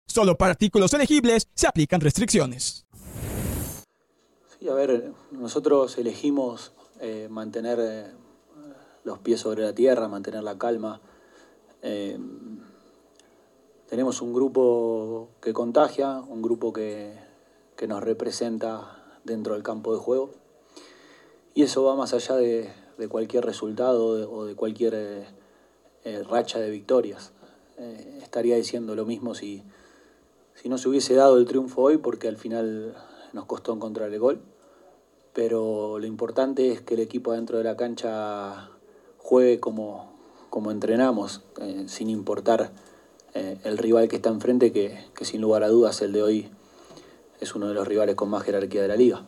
Solo para artículos elegibles se aplican restricciones. Sí, a ver, nosotros elegimos eh, mantener eh, los pies sobre la tierra, mantener la calma. Eh, tenemos un grupo que contagia, un grupo que, que nos representa dentro del campo de juego. Y eso va más allá de, de cualquier resultado o de- o de cualquier eh, eh, racha de victorias. Eh, estaría diciendo lo mismo si, si no se hubiese dado el triunfo hoy, porque al final nos costó encontrar el gol. Pero lo importante es que el equipo dentro de la cancha juegue como, como entrenamos, eh, sin importar eh, el rival que está enfrente, que, que sin lugar a dudas el de hoy es uno de los rivales con más jerarquía de la liga.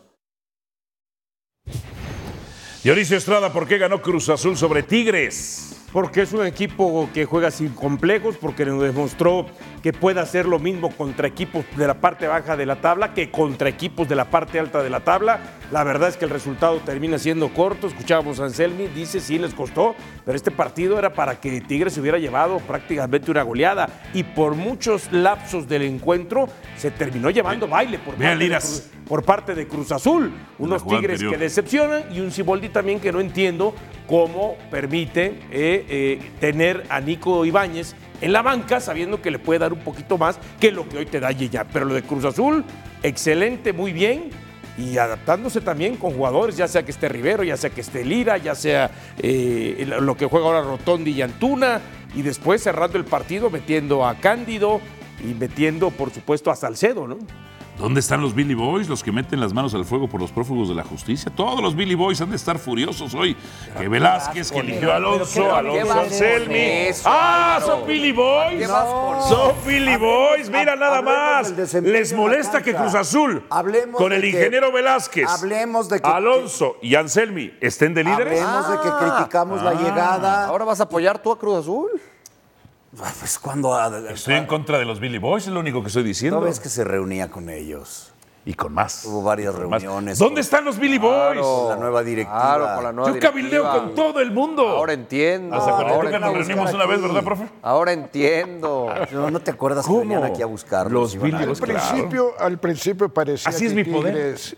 Dionisio Estrada, ¿por qué ganó Cruz Azul sobre Tigres? Porque es un equipo que juega sin complejos, porque nos demostró que puede hacer lo mismo contra equipos de la parte baja de la tabla que contra equipos de la parte alta de la tabla. La verdad es que el resultado termina siendo corto. Escuchábamos a Anselmi, dice sí les costó, pero este partido era para que Tigres se hubiera llevado prácticamente una goleada. Y por muchos lapsos del encuentro se terminó llevando baile por parte Vean, de Liras. Cruz- por parte de Cruz Azul. Unos jugada Tigres anterior. que decepcionan y un Ciboldi también que no entiendo cómo permite eh, eh, tener a Nico Ibáñez en la banca sabiendo que le puede dar un poquito más que lo que hoy te da ya Pero lo de Cruz Azul, excelente, muy bien. Y adaptándose también con jugadores, ya sea que esté Rivero, ya sea que esté Lira, ya sea eh, lo que juega ahora Rotondi y Antuna, y después cerrando el partido metiendo a Cándido y metiendo, por supuesto, a Salcedo, ¿no? ¿Dónde están los Billy Boys, los que meten las manos al fuego por los prófugos de la justicia? Todos los Billy Boys han de estar furiosos hoy. Que Velázquez, que eligió a Alonso, Alonso Anselmi. ¡Ah, son Billy Boys! Son Billy Boys, mira nada más. Les molesta que Cruz Azul, Hablemos con de el que- ingeniero Velázquez, hablemos de que- Alonso y Anselmi estén de líderes. Ah. Hablemos de que criticamos la llegada. ¿Ahora vas a apoyar tú a Cruz Azul? Pues cuando Estoy en contra de los Billy Boys, es lo único que estoy diciendo. ¿No ves que se reunía con ellos? Y con más. Hubo varias más. reuniones. ¿Dónde están los Billy Boys? Con la nueva directiva. Claro, con la nueva Yo cabildeo directiva. con todo el mundo. Ahora entiendo. Hasta con el ahora Tuca nos entiendo. reunimos una vez, ¿verdad, profe? Ahora entiendo. No, no te acuerdas que venían aquí a buscarlos. Los iban a- Billy Boys, al principio, al principio parecía pues, Así que es mi poder. Tigres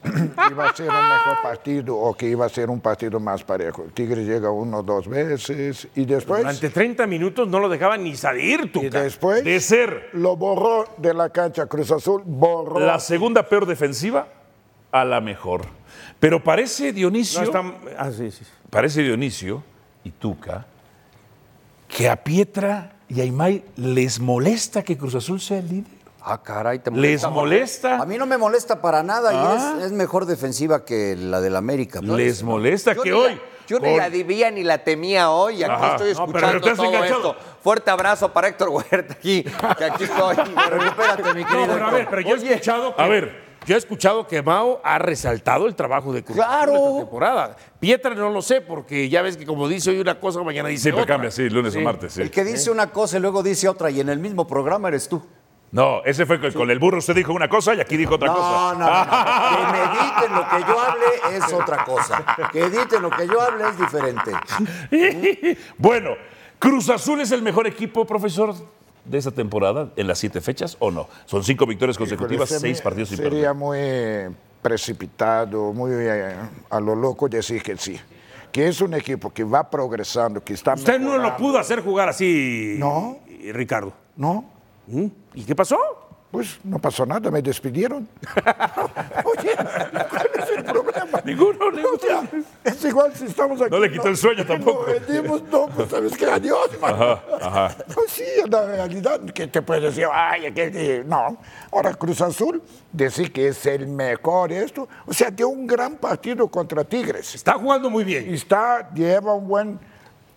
iba a ser un mejor partido o que iba a ser un partido más parejo. Tigres llega uno o dos veces y después Durante 30 minutos no lo dejaban ni salir, tú. después de ser lo borró de la cancha Cruz Azul, borró. La segunda peor defensiva a la mejor. Pero parece Dionisio. No están- ah, sí, sí. Parece Dionisio y Tuca que a Pietra y a Imay les molesta que Cruz Azul sea el líder. Ah, caray, te Les molesta. A mí no me molesta para nada Ah. y es, es mejor defensiva que la del América. pues. Les molesta Yo que ni hoy. la- yo ni con- la debía ni la temía hoy. y Aquí Ajá. estoy No, pero escuchando te has todo enganchado. esto. Fuerte abrazo para Héctor Huerta aquí. Que aquí estoy. pero espérate, mi No, pero a ver, pero yo he escuchado que, a ver. yo he escuchado que Mao ha resaltado el trabajo de Cruz Azul esta temporada. Pietra no lo sé porque ya ves que como dice hoy una cosa mañana dice Siempre otra. cambia, sí, lunes o martes. sí. El que dice una cosa y luego dice otra y en el mismo programa eres tú. No, ese fue con, con el burro. Usted dijo una cosa y aquí dijo otra No, no, cosa. no, no. Ah, Que me editen lo que yo hable es otra cosa. Que editen lo que yo hable es diferente. bueno, Cruz Azul es el mejor equipo, profesor, de esta temporada, en las siete fechas, ¿o no? Son cinco victorias consecutivas, Híjole, se seis me- partidos sin perder. Sería muy eh, precipitado, muy eh, a lo loco decir que sí. Que es un equipo que va progresando, que está Usted no lo mejorando. pudo hacer jugar así, No. eh, Ricardo. No. ¿Mm? ¿Y qué pasó? Pues no pasó nada, me despidieron. Ninguno, ninguno. Es igual si estamos aquí. No le quitó el sueño tampoco. No, vendimos, no, pues sabes que adiós, mano. Ajá, ajá. Pues sí, en la realidad, que te puedes decir, ay, aquel que- no. Ahora Cruz Azul, decir que es el mejor esto, o sea, dio un gran partido contra Tigres. Está jugando muy bien. Está, lleva un buen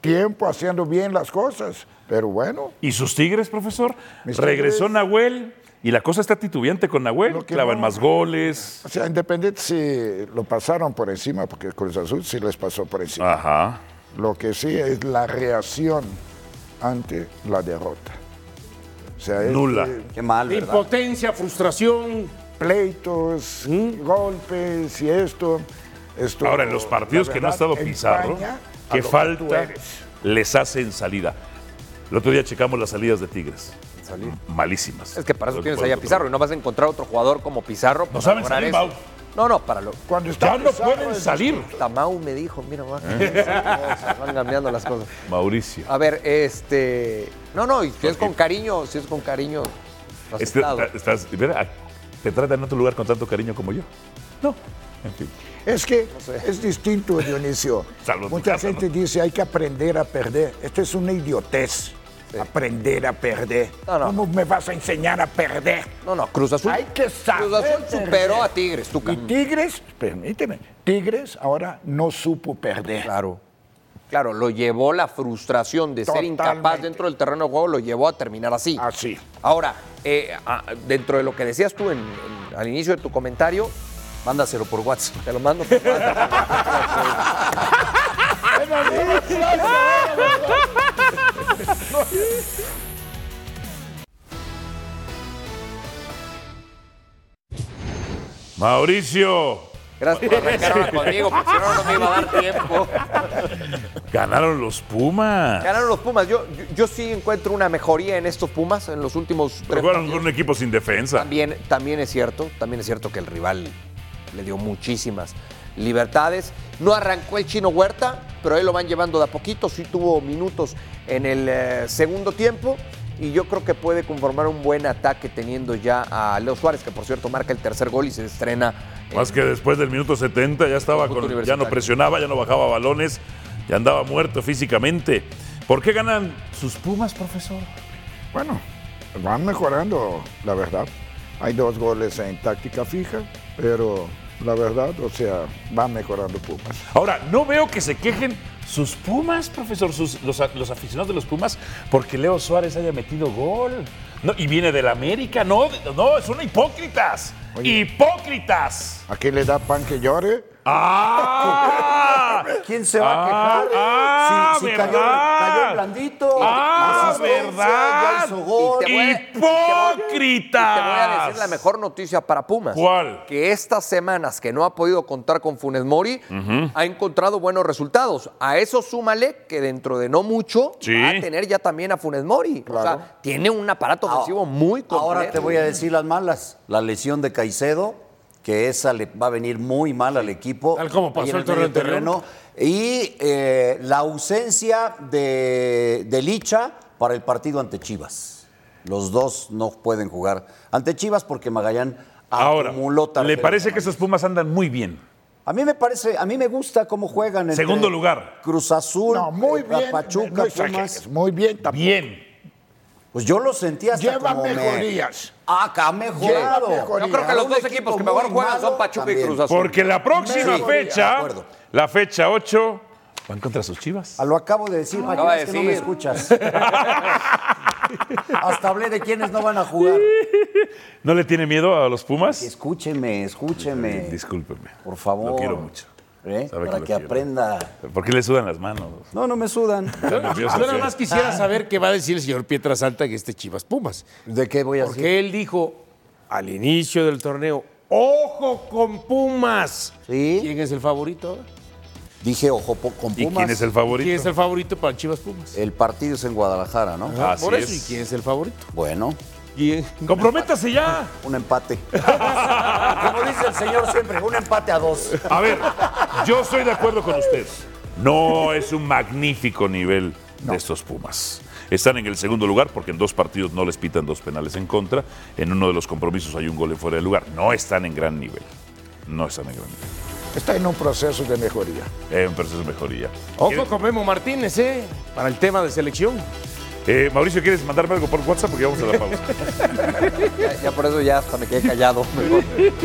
tiempo haciendo bien las cosas, pero bueno. ¿Y sus Tigres, profesor? Mis Regresó Tigres. Nahuel y la cosa está titubeante con Nahuel. Clavan no. más goles. O sea, Independiente sí Eh, lo pasaron por encima, porque Cruz Azul sí les pasó por encima. Ajá. Lo que sí es la reacción ante la derrota. O sea, Este, es Nula. que Qué mal, ¿verdad? Impotencia, frustración. pleitos, golpes y esto. esto ¿Mm? Ahora, en los partidos la que no ha verdad, estado Pizarro, empaña a ¿qué lo que tú falta eres. les hace en salida? El otro día checamos las salidas de Tigres. Malísimas. Es que para eso Los tienes cuatro. allá a Pizarro y no vas a encontrar otro jugador como Pizarro para saben lograr salir, eso. Mau. No, no, para lo. Cuando Ya está no Pizarro pueden es- salir. Tamau me dijo, mira, va, cosas, van cambiando las cosas. Mauricio. A ver, este. No, no, y si Pues es con cariño, si es con cariño. Este- resultado. estás- mira, te tratan en otro lugar con tanto cariño como yo. No. En fin. Es que es distinto, Dionisio. Salvo tu Mucha casa, gente dice hay que aprender a perder. Esto es una idiotez. Aprender a perder. No, no. ¿Cómo me vas a enseñar a perder? No, no, Cruz Azul. Hay que saber. Cruz Azul perder. superó a Tigres, Tuca. Y Tigres, permíteme, Tigres ahora no supo perder. Claro. Claro, lo llevó la frustración de Totalmente. ser incapaz dentro del terreno de juego, lo llevó a terminar así. Así. Ahora, eh, a- dentro de lo que decías tú en- en- al inicio de tu comentario, Mándaselo por WhatsApp. te lo mando por Ah, WhatsApp. Mauricio. Gracias por arrancar conmigo, porque si no, no me iba a dar tiempo. Ganaron los Pumas. Ganaron los Pumas. Yo, yo, yo sí encuentro una mejoría en estos Pumas en los últimos tres Jugaron con un equipo sin defensa. También, también es cierto, también es cierto que el rival le dio muchísimas libertades. No arrancó el chino Huerta, pero ahí lo van llevando de a poquito. Sí tuvo minutos en el eh, segundo tiempo. Y yo creo que puede conformar un buen ataque teniendo ya a Leo Suárez, que por cierto marca el tercer gol y se estrena. en- Más que después del minuto 70 ya estaba Punto con, ya no universitario. presionaba, ya no bajaba balones, ya andaba muerto físicamente. ¿Por qué ganan sus Pumas, profesor? Bueno, van mejorando, la verdad. Hay dos goles en táctica fija, pero la verdad, o sea, van mejorando Pumas. Ahora, no veo que se quejen sus Pumas, profesor, sus- los, a- los aficionados de los Pumas, porque Leo Suárez haya metido gol. No, y viene del América. No, no, son hipócritas. ¡Hipócritas! ¿A qué le da pan que llore? ¡Ah! ¿Quién se va a quejar? ¡Ah! Si- si ¿verdad? cayó- cayó blandito. ¡Ah! Asistencia, ¿Verdad? ya hizo gol. Y te voy a- ¡Hipócritas! Y te voy a decir la mejor noticia para Pumas. ¿Cuál? Que estas semanas que no ha podido contar con Funes Mori, Ujú. ha encontrado buenos resultados. A eso súmale que dentro de no mucho Sí. va a tener ya también a Funes Mori. O sea, tiene un aparato ofensivo muy completo. Ahora te voy a decir las malas. La lesión de Caicedo, que esa le va a venir muy mal al equipo. Tal como pasó el torneo anterior. Y eh, la ausencia de, de Licha para el partido ante Chivas. Los dos no pueden jugar ante Chivas porque Magallán Ahora, acumuló ¿le tarjetas parece que esos Pumas andan muy bien? a mí me parece, a mí me gusta cómo juegan. entre Segundo lugar. Cruz Azul, No, muy eh, bien, no Pachuca, exageres, Pumas. Muy bien, Bien. Pues yo lo sentí hasta Lleva como me- mejorías. Ah, que ha mejorado. Lleva mejorías. Yo creo que los Un dos equipos que equipo mejor muy juegan malo son Pachuca y también. Cruz Azul. Porque la próxima Sí, de fecha, acuerdo. la fecha 8, van contra sus chivas. Ah, Lo acabo de decir, Lo Mario, acaba es de que no me decir. escuchas. hasta hablé de quienes no van a jugar. ¿No le tiene miedo a los Pumas? Eh, Escúcheme, escúcheme. Discúlpeme. Por favor. Lo quiero mucho. ¿eh? Sabe Para lo que, quiero. aprenda. ¿Por qué le sudan las manos? No, no Ah. me sudan. Yo nada más quisiera saber qué va a decir el señor Pietra Santa que este Chivas Pumas. ¿De qué voy a decir? Porque él dijo al inicio del torneo, ojo con Pumas. ¿Quién es el favorito? Dije, ojo, po- con Pumas. ¿Y quién es el favorito? ¿Quién es el favorito para Chivas Pumas? El partido es en Guadalajara, ¿no? Ajá, Así por eso, es. ¿y quién es el favorito? eh, Bueno. Comprométase ya. Un empate. Como dice el señor siempre, un empate a dos. A ver, yo estoy de acuerdo con usted. No es un magnífico nivel de estos Pumas. Están en el segundo lugar porque en dos partidos no les pitan dos penales en contra. En uno de los compromisos hay un gol en fuera de lugar. No están en gran nivel. No están en gran nivel. Eh, Está en un proceso de mejoría. Es un proceso de mejoría. Ojo con Memo Martínez, ¿eh? Para el tema de selección. Eh, Mauricio, ¿quieres mandarme algo por WhatsApp? Porque vamos a la pausa. Ya, ya por eso ya hasta me quedé callado. mejor.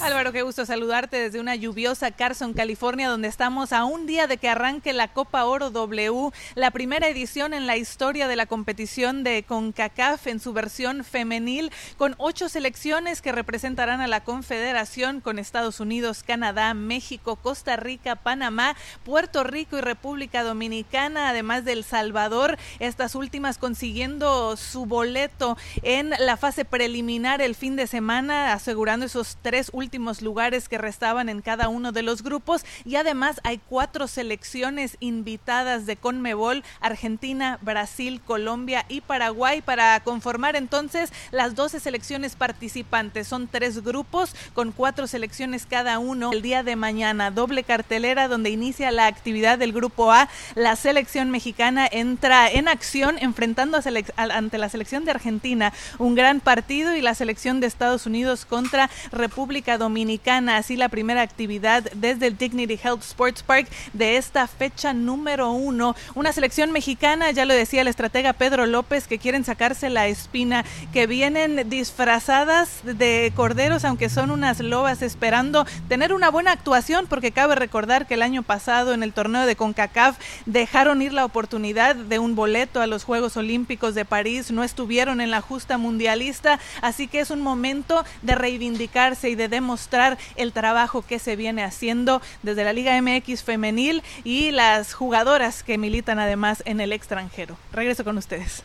Álvaro, qué gusto saludarte desde una lluviosa Carson, California, donde estamos a un día de que arranque la Copa Oro W, la primera edición en la historia de la competición de CONCACAF en su versión femenil, con ocho selecciones que representarán a la Confederación con Estados Unidos, Canadá, México, Costa Rica, Panamá, Puerto Rico y República Dominicana, además de El Salvador, estas últimas consiguiendo su boleto en la fase preliminar el fin de semana, asegurando esos tres últimos lugares que restaban en cada uno de los grupos. Y además hay cuatro selecciones invitadas de Conmebol, Argentina, Brasil, Colombia y Paraguay, para conformar entonces las 12 selecciones participantes. Son tres grupos con cuatro selecciones cada uno. El día de mañana, doble cartelera donde inicia la actividad del grupo A. La selección mexicana entra en acción enfrentando a selec- al- ante la selección de Argentina, un gran partido y la selección de Estados Unidos contra República Dominicana. Así la primera actividad desde el Dignity Health Sports Park de esta fecha número uno. Una selección mexicana, ya lo decía el estratega Pedro López, que quieren sacarse la espina, que vienen disfrazadas de corderos, aunque son unas lobas, esperando tener una buena actuación, porque cabe recordar que el año pasado en el torneo de CONCACAF dejaron ir la oportunidad de un boleto a los Juegos Olímpicos de París, no estuvieron en la justa mundialista, así que es un momento de reivindicarse y de demostrar mostrar el trabajo que se viene haciendo desde la Liga MX femenil y las jugadoras que militan además en el extranjero. Regreso con ustedes.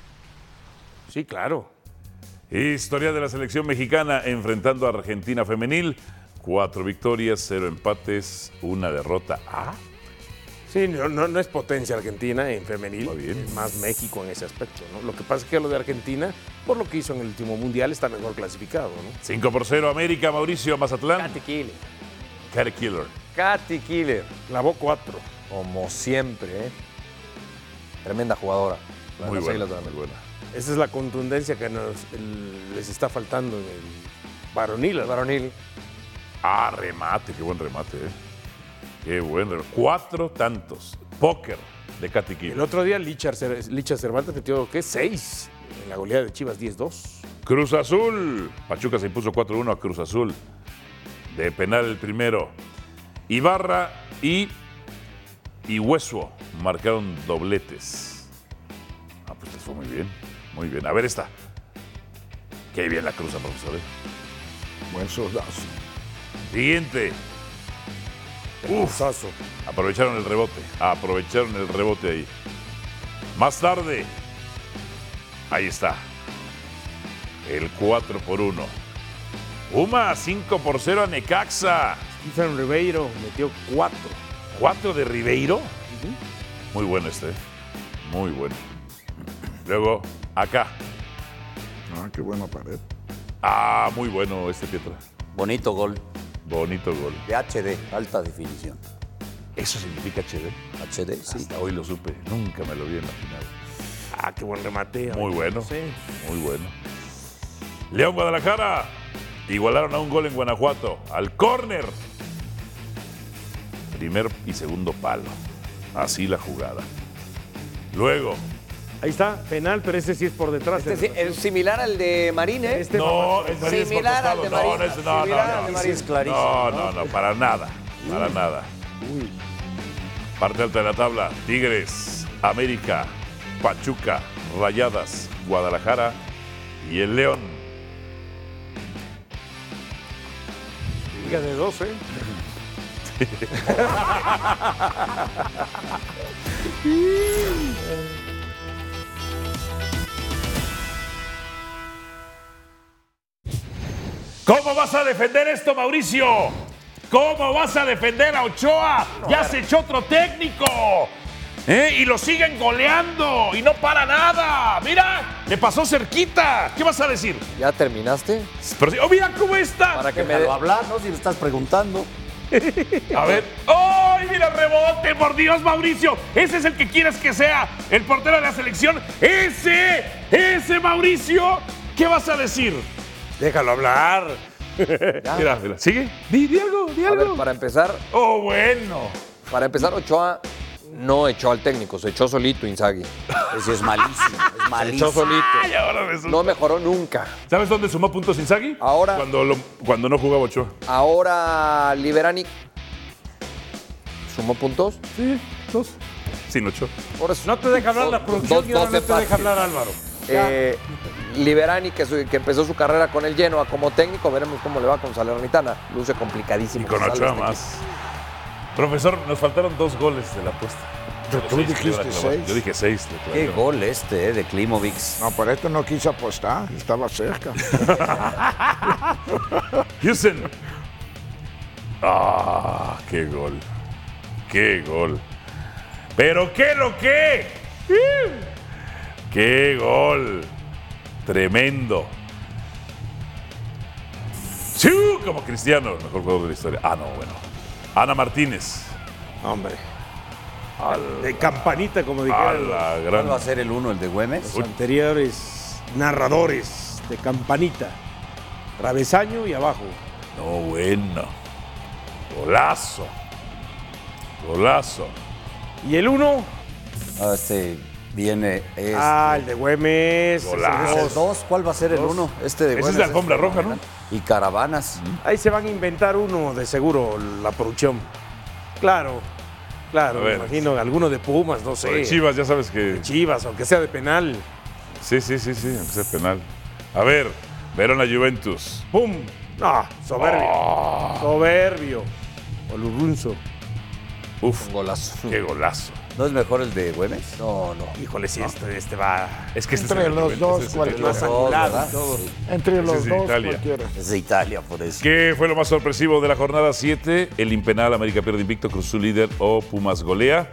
Sí, claro. Historia de la selección mexicana enfrentando a Argentina femenil. Cuatro victorias, cero empates, una derrota. Ah, Sí, no, no- no es potencia Argentina en femenil, es más México en ese aspecto. ¿no? Lo que pasa es que lo de Argentina, por lo que hizo en el último mundial, está mejor clasificado. ¿no? 5 por 0 América, Mauricio Mazatlán. Cat Killer. Katy Killer. Clavó cuatro. Como siempre, ¿eh? Tremenda jugadora. la de Muy las buena, Águilas de la América. Esa es la contundencia que nos, el- les está faltando en el varonil. El varonil. Ah, remate, qué buen remate, ¿eh? Qué buen remate. Cuatro tantos. Póker de Katy Killer. El otro día Licha, Cer- Licha Cervantes metió, ¿qué? Seis en la goleada de Chivas 10-2. Cruz Azul. Pachuca se impuso 4-1 a Cruz Azul. De penal el primero. Ibarra y, y Hueso marcaron dobletes. Ah, pues les fue muy bien. Muy bien. A ver esta. Qué bien la cruza, profesor. ¿eh? Buen soldazo. Siguiente. Uf. Aprovecharon el rebote. Aprovecharon el rebote ahí. Más tarde. Ahí está. El 4 por 1. Puma 5 por 0 a Necaxa. Stephen Ribeiro metió cuatro. ¿Cuatro de Ribeiro? Muy bueno este. ¿eh? Muy bueno. Luego, acá. Ah, qué buena pared. Ah, muy bueno este Pietra. Bonito gol. Bonito gol. De HD, alta definición. Eso significa HD. HD, sí. Hasta hoy lo supe. Nunca me lo había imaginado. Ah, qué buen remate. Muy bueno. Sí. Muy bueno. León Guadalajara. Igualaron a un gol en Guanajuato. Al córner. Primer y segundo palo. Así la jugada. Luego. Ahí está, penal, pero ese sí es por detrás. Este sí- es similar al de Marín, ¿eh? no, es Marín es similar al de contestado. Marín. No, no, es- no, similar no, al no. de Marín. No, no, no, para nada. Para nada. Parte alta de la tabla. Tigres, América, Pachuca, Rayadas, Guadalajara y el León. Liga de ¿eh? 12. ¿Cómo vas a defender esto, Mauricio? ¿Cómo vas a defender a Ochoa? ya se echó otro técnico. ¿eh? Y lo siguen goleando y no para nada. Mira, le pasó cerquita. ¿Qué vas a decir? ¿Ya terminaste? ¡Oh, mira cómo está! Para que me Déjalo hablar, ¿no? Si me estás preguntando. A ver. ¡Ay, mira, rebote! ¡Por Dios, Mauricio! Ese es el que quieres que sea el portero de la selección. ¡Ese! ¡Ese, Mauricio! ¿Qué vas a decir? Déjalo hablar. Mira, mira, sigue. Di, di algo, di algo. para empezar. ¡Oh, bueno! Para empezar, Ochoa no echó al técnico, se echó solito Inzaghi. Ese es malísimo, es Se malísimo. echó solito. Ay, ahora resulta. No mejoró nunca. ¿Sabes dónde sumó puntos Inzaghi? Ahora. Cuando, lo- cuando no jugaba Ochoa. Ahora Liberani sumó puntos. Sí, dos. Sin Ochoa. No te deja hablar la producción y ahora no te deja hablar Álvaro. Eh, Liberani, que, su- que empezó su carrera con el Genoa como técnico, veremos cómo le va con Salernitana. Luce complicadísimo. Y con que salga Ochoa este más. Profesor, nos faltaron dos goles de la apuesta. Tú- tú Seis, dijiste claro, claro. seis. Yo dije seis. Qué gol este, eh, de Klimovic. No, por esto no quise apostar, estaba cerca. Houston. Ah, qué gol. Qué gol. Pero qué lo que. Qué gol. Tremendo. Sí, como Cristiano, el mejor jugador de la historia. Ah, no, bueno. Ana Martínez. Hombre. de campanita, como dijeron. A la gran- ¿Cuál va a ser el uno, el de Güemes? Los anteriores narradores de campanita. Travesaño y abajo. No, bueno. Golazo. Golazo. ¿Y el uno? Ah, este viene. Este. Ah, el de Güemes. Ese es el Dos. dos. ¿Cuál va a ser el Dos. uno? Este de Ese es Güemes. de alfombra roja, ¿no? Y caravanas. Ahí se van a inventar uno de seguro, la producción. Claro, claro, A me ver. imagino, alguno de Pumas, no O sé. de Chivas, ya sabes que. Chivas, aunque sea de penal. Sí, sí, sí, sí, aunque sea penal. A ver, Verona Juventus. ¡Pum! Ah. No, soberbio. Soberbio. Olurunzo. Uf. golazo. Qué golazo. ¿No es mejor el de Güemes? No, no. Híjole, sí, este, este va. Es que este Entre es el los Juventus, dos, este es el cualquiera. más anulado ¿verdad? y todo. Sí. Entre Ese los es de dos, Italia. cualquiera. Es de Italia, por eso. ¿Qué fue lo más sorpresivo de la jornada 7? El impenal América pierde invicto Cruz su líder o Pumas golea.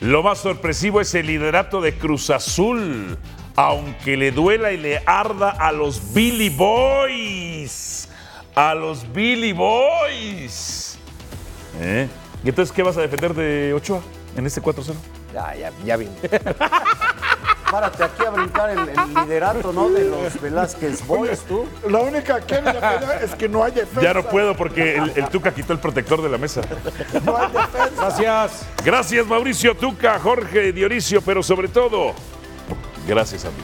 Lo más sorpresivo es el liderato de Cruz Azul, aunque le duela y le arda a los Billy Boys. A los Billy Boys. ¿Eh? ¿Y entonces qué vas a defender de Ochoa en este 4-0? Ah, Ya, ya, ya vi. Párate aquí a brincar el, el liderato, ¿no? De los Velázquez Boys, tú. La única que me la pena es que no hay defensa. Ya no puedo porque el, el Tuca quitó el protector de la mesa. Gracias. Gracias Mauricio Tuca, Jorge Dionisio, pero sobre todo, gracias a mí.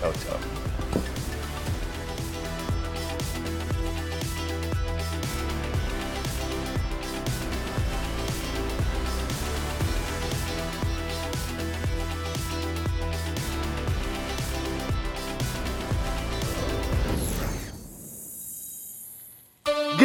Chao, chao.